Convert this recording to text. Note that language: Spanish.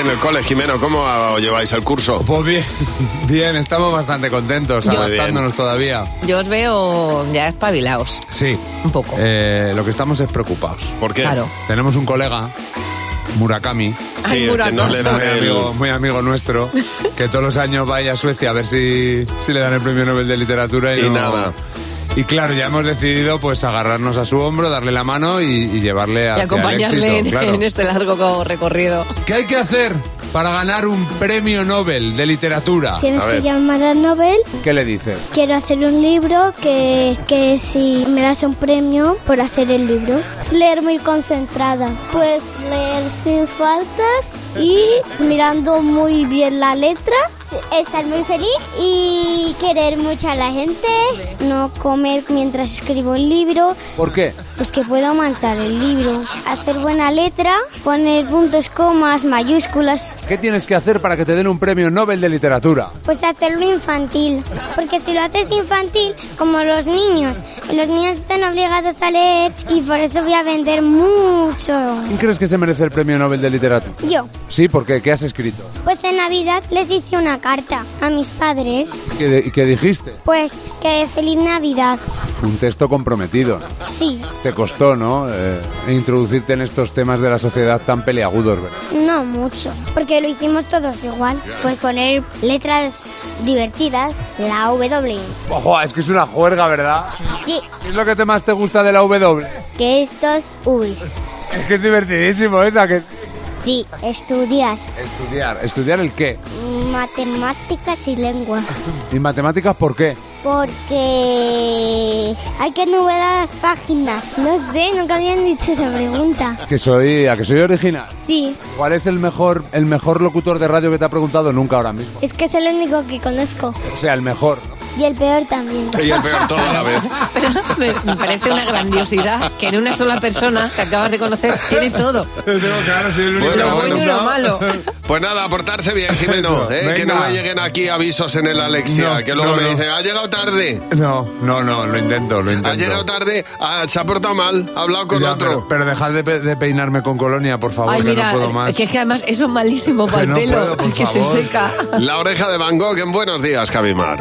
en el cole, Jimeno? ¿Cómo os lleváis el curso? Pues bien, bien, estamos bastante contentos, Yo- adaptándonos todavía. Yo os veo ya espabilados. Sí. Un poco. Eh, lo que estamos es preocupados. ¿Por qué? Claro. Tenemos un colega, Murakami, Sí, Ay, el que no Murakami. le dan muy el... amigo, muy amigo nuestro, que todos los años vaya a Suecia a ver si, si le dan el premio Nobel de Literatura y, Y no- nada. Y claro, ya hemos decidido pues agarrarnos a su hombro, darle la mano y, y llevarle a Y acompañarle en, claro. en este largo recorrido. ¿Qué hay que hacer para ganar un premio Nobel de literatura? Tienes A que ver. llamar a Nobel. ¿Qué le dices? Quiero hacer un libro que, que si me das un premio por hacer el libro. Leer muy concentrada. Pues leer sin faltas y mirando muy bien la letra. Estar muy feliz y querer mucho a la gente. No comer mientras escribo el libro. ¿Por qué? Pues que puedo manchar el libro. Hacer buena letra. Poner puntos, comas, mayúsculas. ¿Qué tienes que hacer para que te den un premio Nobel de literatura? Pues hacerlo infantil, porque si lo haces infantil, como los niños, los niños están obligados a leer y por eso voy a vender mucho. ¿Quién crees que se merece el premio Nobel de literatura? Yo, Sí, porque ¿qué has escrito? pues en Navidad les hice una carta a mis padres, ¿Qué, de- qué dijiste? pues que feliz Navidad, Un texto comprometido. sí, Te costó, ¿no? Eh, introducirte en estos temas de la sociedad tan peleagudos, ¿verdad? no mucho, porque lo hicimos todos igual. Pues poner letras divertidas, la W. Ojo, es que es una juerga, ¿verdad? Sí, ¿Qué es lo que te más te gusta de la W? que estos U's. Es que es divertidísimo esa que es. Sí, estudiar Estudiar. ¿Estudiar el qué? matemáticas y lengua. ¿Y matemáticas por qué? Porque hay que numerar las páginas. No sé, nunca habían dicho esa pregunta. Que soy, a que soy original. Sí, ¿Cuál es el mejor, el mejor locutor de radio que te ha preguntado nunca ahora mismo? es que es el único que conozco O sea, el mejor. ¿no? y el peor también. Y el peor todo a la vez. Pero me, me parece una grandiosidad que en una sola persona que acabas de conocer tiene todo. claro, soy el único Bueno, que bueno. Bueno, lo malo. Pues nada, portarse bien, Jimeno. Eso, ¿eh? Que no venga. me lleguen aquí avisos en el Alexia, No, que luego no, me no. dicen, ha llegado tarde, No, no, no, lo intento, lo intento. ha llegado tarde, ah, se ha portado mal, ha hablado con Ya, otro. Pero, pero dejad de, pe- de peinarme con colonia, por favor, Ay, que mira, no puedo más. que es que además eso es malísimo para Que el no pelo, puedo, por que se favor. seca. La oreja de Van Gogh en Buenos Días, Javimar.